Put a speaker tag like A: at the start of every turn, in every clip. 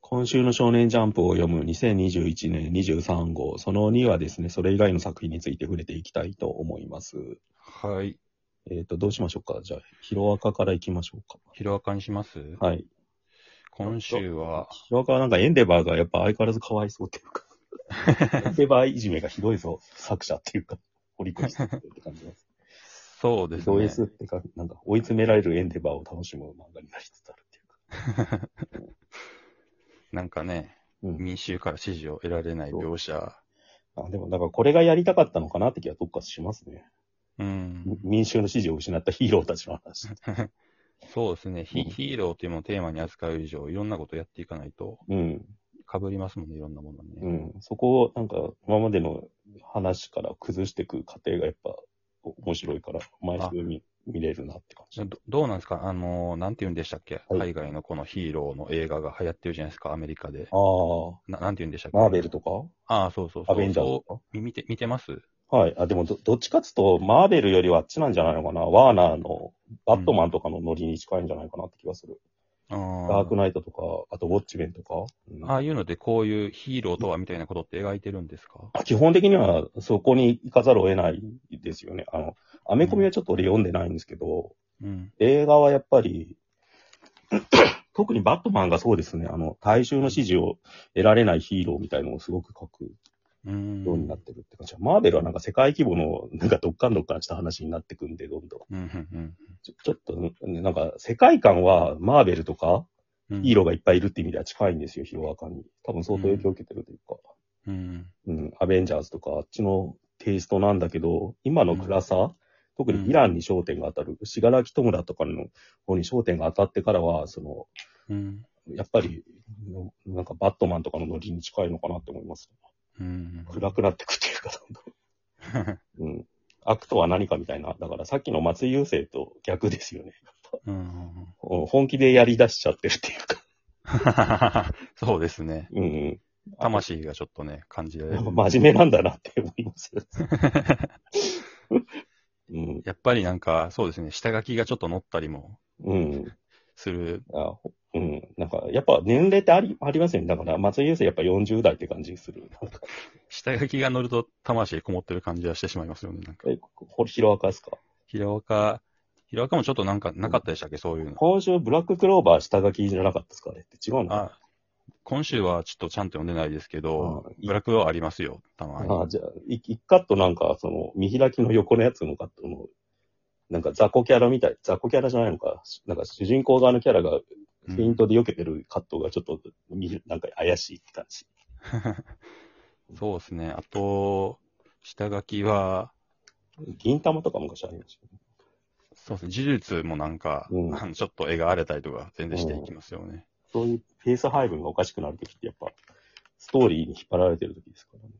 A: 今週の少年ジャンプを読む2021年23号、その2はですね、それ以外の作品について触れていきたいと思います。
B: はい。
A: えっ、と、どうしましょうかじゃあ、ヒロアカからいきましょう
B: ヒロアカにします
A: か。はい。
B: 今週は、
A: ヒロアカはなんかエンデバーがやっぱ相変わらずかわいそうって いうか、エンデバーいじめがひどいぞ、作者っていうか、掘り越してるって感じです。
B: そうですね。
A: s ってか、なんか追い詰められるエンデバーを楽しむ漫画になりつつあるっていうか。
B: なんかね、
A: うん
B: 民衆から支持を得られない描写。
A: あでも、だからこれがやりたかったのかなって気はどっかしますね。
B: うん。
A: 民衆の支持を失ったヒーローたちの 話。
B: そうですね。ヒ
A: うん
B: ヒーローというものをテーマに扱う以上、いろんなことやっていかないと、
A: うん。
B: 被りますもんね、いろんなものね。
A: うん。そこを、なんか、今までの話から崩していく過程がやっぱ面白いから、毎週見見れるなって感じ。
B: どどうなんですかあのー、なんて言うんでしたっけ、
A: はい
B: 海外のこのヒーローの映画が流行ってるじゃないですか、アメリカで。
A: ああ、
B: ななんて言うんでしたっけ
A: マーベルとか
B: ああ、そうそうそう。
A: アベンジャーズ
B: そ
A: と
B: う見て、見てます
A: かはい。あ、でもど、どっちかっつうと、マーベルよりはあっちなんじゃないのかな。ワーナーの、バットマンとかのノリに近いんじゃないかなって気がする。
B: あ
A: ダーク
B: ー
A: ナイトとか、あと、ウォッチメンとか。うん
B: ああいうので、こういうヒーローとはみたいなことって描いてるんですか
A: 基本的にはそこに行かざるを得ないですよね。あの、アメコミはちょっと俺読んでないんですけど、
B: うん。
A: 映画はやっぱり、 特にバットマンがそうですね、あの、大衆の支持を得られないヒーローみたいのをすごく書く
B: うん。
A: ようになってるって感じ。マーベルはなんか世界規模の、 なんかドッカンドッカンした話になってくんで、どんどん。
B: うんうん
A: ちょちょっとね、なんか世界観はマーベルとか
B: うん。
A: ヒーローがいっぱいいるって意味では近いんですよ、ヒロアカに。多分相当影響を受けてるというか。
B: うん。
A: うん、アベンジャーズとかあっちのテイストなんだけど、今の暗さ、特にイランに焦点が当たる、しがらきとむらとかの方に焦点が当たってからは、その、
B: うん。
A: やっぱり、なんかバットマンとかのノリに近いのかなって思います。
B: うん。
A: 暗くなってくっていうか、 どんどんうん。悪とは何かみたいな。だからさっきの松井優生と逆ですよね。
B: うん。
A: うん本気でやり出しちゃってるっていうか。
B: そうですね。
A: うんうん。
B: 魂がちょっとね、感じられ
A: やっ
B: る
A: ぱ。真面目なんだなって思います。 うん。
B: やっぱりなんか、そうですね、下書きがちょっと乗ったりも
A: うん。
B: する。
A: あほうん。なんか、やっぱ年齢ってありありますよね。だから、松井優生やっぱ40代って感じする。なんか
B: 下書きが乗ると魂こもってる感じはしてしまいますよね。なんか、
A: え、これ、ヒロアカですか
B: ヒロアカ、ヒロアカもちょっとなんかなかったでしたっけ、そういうの。
A: 今週、ブラッククローバー下書きじゃなかったですかあれって違うの
B: あ、今週はちょっとちゃんと読んでないですけど、
A: うん
B: ブラックはありますよ、たまに。
A: あじゃあ、い一カットなんか、その、見開きの横のやつのカットの、なんか雑魚キャラみたい、雑魚キャラじゃないのか、しなんか主人公側のキャラが、フェイントで避けてるカットがちょっと、見なんか怪しいって感じ。
B: そうですね。あと、下書きは、
A: 銀玉とか昔ありましたよね。
B: そうですね。呪術もなんか、
A: うん
B: あの ちょっと絵が荒れたりとか全然していきますよね。
A: そういうペース配分がおかしくなるときって、やっぱ、ストーリーに引っ張られてるときですからね。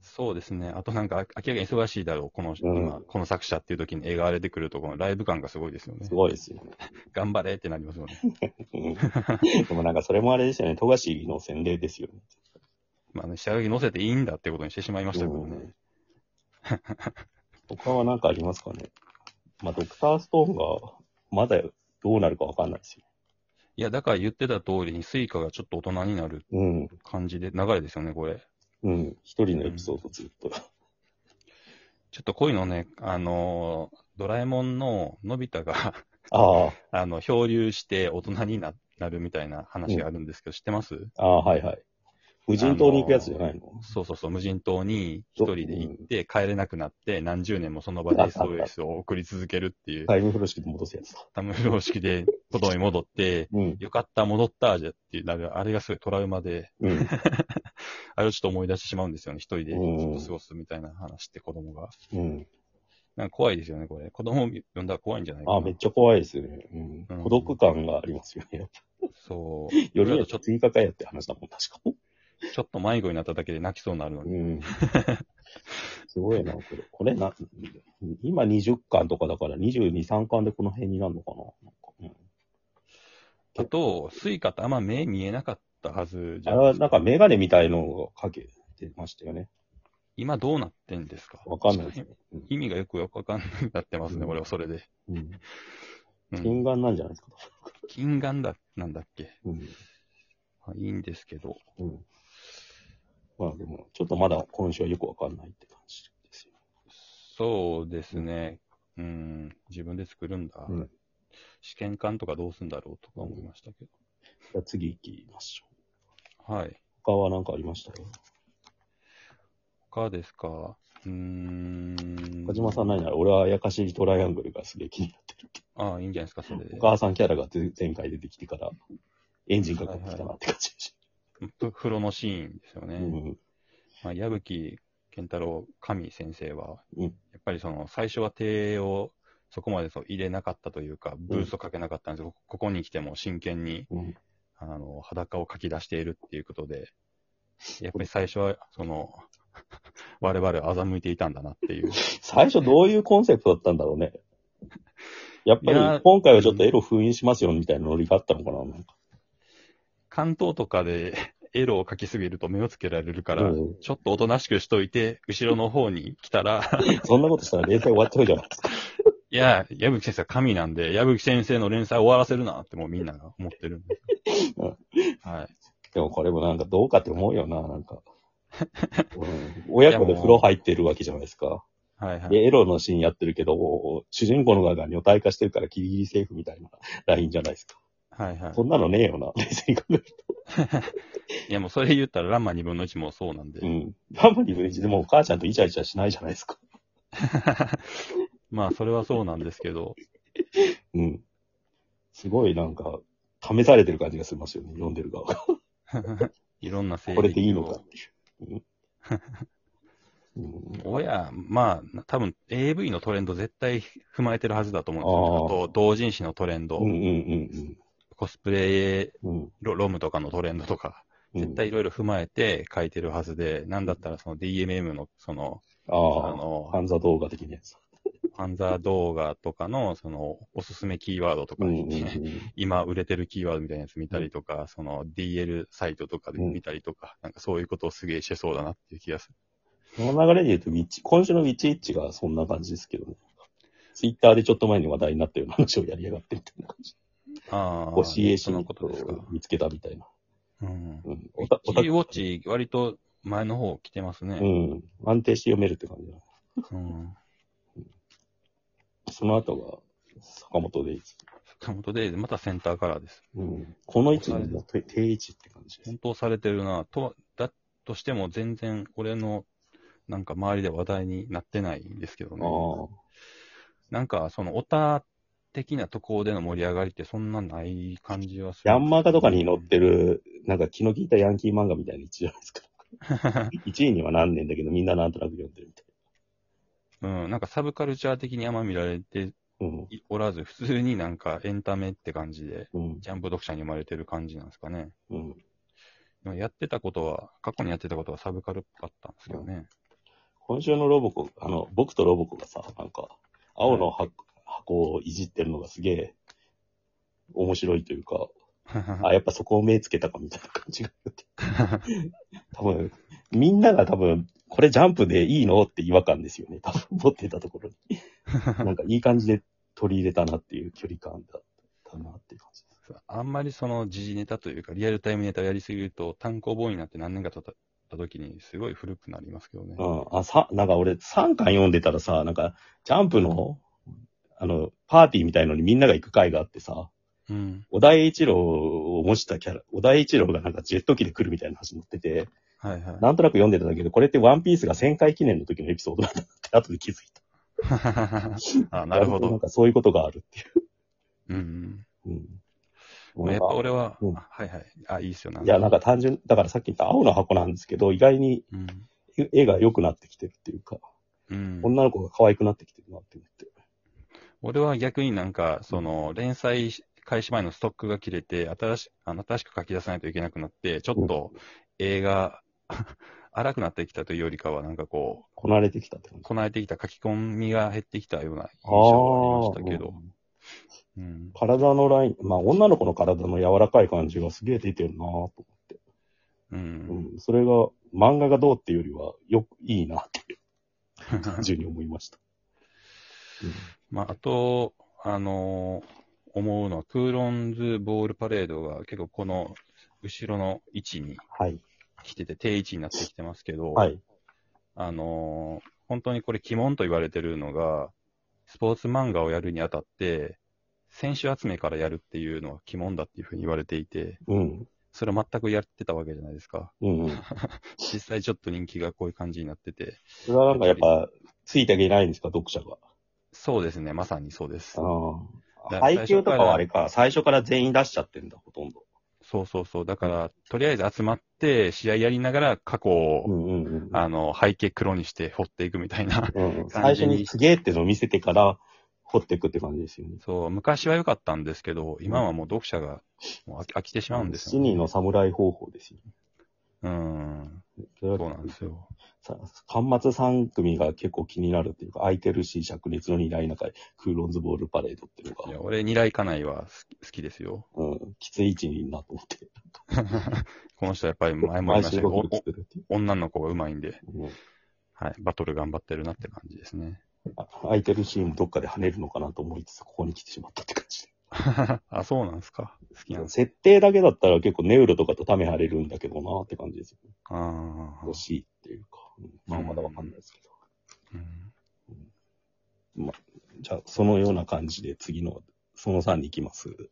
B: そうですね。あとなんか、明らかに忙しいだろう、この、
A: うん
B: 今、この作者っていう時に絵が荒れてくると、このライブ感がすごいですよね
A: す。ごいですよね。
B: 頑張れってなりますよね。
A: うんでもなんかそれもあれですよね、富樫の洗礼ですよね。
B: まあね、下書き載せていいんだってことにしてしまいましたけどね。
A: 他は何かありますかね。まあ、ドクターストーンが、まだどうなるかわかんないですよ。
B: いや、だから言ってた通りに、スイカがちょっと大人になる
A: うん。
B: 感じで、流れですよね、これ。
A: うん。一人のエピソードずっと。
B: ちょっとこういうのね、あのードラえもんののび太が、
A: あ
B: あの、漂流して大人にななるみたいな話があるんですけど、知ってます
A: あ、ああ、はいはい。無人島に行くやつじゃないの、
B: そうそうそう、無人島に一人で行って、帰れなくなって、何十年もその場で SOS を送り続けるっていう、
A: タイム風呂敷で戻すやつだ。
B: タム方式で元に戻って、
A: うん。
B: よかった、戻った、じゃってなる、あれがすごいトラウマで、
A: うん。
B: あれをちょっと思い出してしまうんですよね、一人で
A: うん
B: ちょっと過ごすみたいな話って子供が。
A: うん。
B: なんか怖いですよね、これ。子供を呼んだら怖いんじゃないか な。
A: ああ、めっちゃ怖いですよね。うん
B: う。ん
A: 孤独感がありますよね。
B: そう。
A: よ
B: 俺
A: り
B: だ
A: は
B: とちょっと
A: 追加かよって話だもん、確かに。
B: ちょっと迷子になっただけで泣きそうになるのに。
A: うん。すごいな、これ。これな、今20巻とかだから22、3巻でこの辺になるのかななんか、
B: あと、スイカってあんま目見えなかったはず
A: うん、
B: じ
A: あ
B: ゃ
A: れ
B: ないで
A: は
B: す
A: なん
B: か。
A: かメガネみたいのがかけてましたよね。
B: 今どうなってんですか
A: わかんないですね。
B: 意味がよくよくわかんなくなってますね、
A: うん
B: 俺はそれで。
A: うん。
B: うん
A: 金眼なんじゃないですか。
B: 金眼だ、なんだっけ。
A: うん。
B: まあいいんですけど、
A: うん。まあでも、ちょっとまだ今週はよくわかんないって感じですよ。
B: そうですね。うん、自分で作るんだ。
A: うん
B: 試験管とかどうすんだろうとか思いましたけど。
A: じゃあ次行きましょう。
B: はい。
A: 他は何かありましたよ。
B: 他ですかうーん。
A: 岡島さんないいなら、俺はあやかしいトライアングルがすげえ気になってる。
B: ああ、いいんじゃないですか、それで
A: お。母さんキャラが前前回出てきてから、エンジンかかってきたなって感じでし
B: ふ風呂のシーンですよね。
A: た。うん。
B: まあ、矢吹健太郎神先生は、
A: うん
B: やっぱりその最初は手をそこまでそう入れなかったというか、ブーストかけなかったんですけど、ここに来ても真剣に
A: うん。
B: あの裸をかき出しているっていうことで、やっぱり最初はその 我々を欺いていたんだなっていう。
A: 最初どういうコンセプトだったんだろうね。やっ
B: い
A: ぱ
B: や
A: り、今回はちょっとエロ封印しますよみたいなノリがあったのかななんか。
B: 関東とかでエロをかきすぎると目をつけられるから、
A: うん
B: ちょっとおとなしくしといて、後ろの方に来たら、
A: そんなことしたら連載終わっちゃうじゃないですか。
B: いや、矢吹先生は神なんで、矢吹先生の連載終わらせるなってもうみんなが思ってるんですよはい。
A: でもこれもなんかどうかって思うよな、なんか。うん親子で風呂入ってるわけじゃないですか。
B: はいはい。
A: で、エロのシーンやってるけど、主人公の側が女体化してるからギリギリセーフみたいな ラインじゃないですか。
B: はいはい
A: そ。んなのねえよな、冷静に考える
B: いやもうそれ言ったらランマ2分の1もそうなんで。
A: と。うん。ラムに無理でもお母ちゃんとイチャイチャしないじゃないですか。
B: まあそれはそうなんですけど、
A: うん。すごいなんか、試されてる感じがしますよね、読んでる側が。
B: いろんな性
A: これでいいのかっていう。 うんうん
B: 親、まあ多分 AV のトレンド絶対踏まえてるはずだと思うんですよ、
A: あ
B: ね。
A: ー
B: あと同人誌のトレンド、
A: うんうん
B: コスプレ
A: うんうん。
B: ロロムとかのトレンドとか、
A: うん。
B: 絶対いろいろ踏まえて書いてるはずで、なんだったらその DMM のその、
A: あ
B: あ
A: あ、
B: の、
A: 犯罪動画的なやつ。
B: ファンザー動画とかの、その、おすすめキーワードと
A: う
B: か、
A: んうんうん。
B: 今売れてるキーワードみたいなやつ見たりとか、その DL サイトとかで見たりとか、なんかそういうことをすげえしてそうだなっていう気がする。
A: その流れで言うと、ウィッチ、今週のウィッチイッチがそんな感じですけどね。ツイッターでちょっと前に話題になったような話をやりやがってみたいな感じ。
B: ああ、
A: 教えし
B: その
A: に
B: ことですか。
A: 見つけたみたいな。
B: うん。
A: うん。
B: ウ
A: お
B: ィ
A: た
B: ッチウォッチ、割と前の方来てます
A: う
B: ね。
A: ん。安定して読めるって感じだ。
B: うん。
A: その後が、坂本デイズ。
B: 坂本デイズ、またセンターカラーです。
A: うん。この位置に、て定位置って感じです
B: 本。当されてるな。と、だとしても全然俺の、なんか周りで話題になってないんですけどね。
A: ああ。
B: なんか、その、オタ的なところでの盛り上がりってそんなない感じはする。
A: ヤンマーカとかに載ってる、なんか気の利いたヤンキー漫画みたいな位置じゃないですか。1位に はなんねんだけど、みんななんとなく読んでるみたい
B: うん、なんかサブカルチャー的にあんま見られて
A: な。
B: おらず、普通になんかエンタメって感じで、
A: うん。
B: ジャンプ読者に生まれてる感じなんですかね。
A: うん。うん。
B: まあやってたことは、過去にやってたことはサブカルっぽかったんですけどね。
A: 今週のロボコ、あの、僕とロボコがさ、なんか、青の箱,、箱をいじってるのがすげえ、面白いというか、 あ、やっぱそこを目つけたかみたいな感 じがあって。多分、みんなが多分、これジャンプでいいのって違和感ですよね。多分、持ってたところに。なんかいい感じで取り入れたなっていう距離感だったなっていう感じです。
B: あんまりその時事ネタというか、リアルタイムネタをやりすぎると、単行本になって何年か経った時に、すごい古くなりますけどね。
A: うん。あ、さ、なんか俺3巻読んでたらさ、なんか、ジャンプの、あの、パーティーみたいのにみんなが行く会があってさ、
B: うん。
A: 小田栄一郎を模したキャラ、小田栄一郎がなんかジェット機で来るみたいな話になってて、
B: はいはい。
A: なんとなく読んでたんだけど、これってワンピースが1000回記念の時のエピソードなんだって後で気づいた。
B: あなるほ
A: なん
B: ど。
A: かそういうことがあるってい
B: うん。
A: う。うん。
B: やっぱ俺は、
A: うん
B: はいはい。あ、いいっすよ、なん
A: い
B: か。
A: や、なんか単純、だからさっき言った青の箱なんですけど、意外に
B: うん。
A: 絵が良くなってきてるっていうか、
B: うん、
A: 女の子が可愛くなってきてるなって思って。
B: 俺は逆になんか、その、連載開始前のストックが切れて、新しあの新しく書き出さないといけなくなって、ちょっと映画、 荒くなってきたというよりかは、なんかこう、
A: こなれてきたって感じ。
B: こなれてきた書き込みが減ってきたような印象がありましたけど
A: う、ん
B: うん、
A: 体のライン、まあ女の子の体の柔らかい感じがすげえ出てるなぁと思って。
B: う、
A: うんん。それが漫画がどうっていうよりは、よく、いいなって単純に思いました。
B: まあ、あと、あのー思うのは、クーロンズボールパレードが結構この後ろの位置に
A: はい。
B: 来てて、定位置になってきてますけど、
A: はい。
B: あのー本当にこれ鬼門と言われてるのが、スポーツ漫画をやるにあたって、選手集めからやるっていうのは鬼門だっていうふうに言われていて、
A: うん。
B: それを全くやってたわけじゃないですか。
A: うん、うん。
B: 実際ちょっと人気がこういう感じになってて、
A: それはなんかやっぱ、ついていけないんですか、読者が。
B: そうですね、まさにそうです。
A: あ
B: だ
A: あ。
B: から
A: 配給とかはあれか、最初から全員出しちゃってんだ、ほとんど。
B: そうそうそう。だから、とりあえず集まって、試合やりながら過去を、
A: うんうんうん。
B: あの、背景黒にして掘っていくみたいな。
A: うんうん、
B: 完
A: 最
B: 全
A: 初
B: に
A: にすげえってのを見せてから、掘っていくって感じですよね。
B: そう、昔は良かったんですけど、今はもう読者がもう飽き飽きてしまうんです
A: 七
B: よ、ね。
A: 人の侍方法ですよね。
B: うん。
A: それ
B: そう
A: は
B: なんですよ。
A: さ、端末3組が結構気になるっていうか、空いてるし、灼熱の二台の中で、クーロンズボールパレードっていう
B: いや、
A: のが、
B: 俺、二来家内は好き好きですよ。
A: うん、きつい位置にいるなと思って。
B: この人はやっぱり前も言い
A: 毎
B: ました
A: 週
B: けど、
A: 動き
B: お
A: 作るっていう。
B: お女の子が上手いんで、
A: うん
B: はい、バトル頑張ってるなって感じですね。
A: あ空いてるシーンもどっかで跳ねるのかなと思いつつ、ここに来てしまったって感じ。
B: あ、そうなんですか。好きなんです。
A: 設定だけだったら結構ネウロとかとため張れるんだけどなって感じですよ、ね。
B: ああ
A: 惜しいっていうか、うんまあまだわかんないですけど。
B: ー、うん。
A: じゃあ、そのような感じで次の、その3に行きます。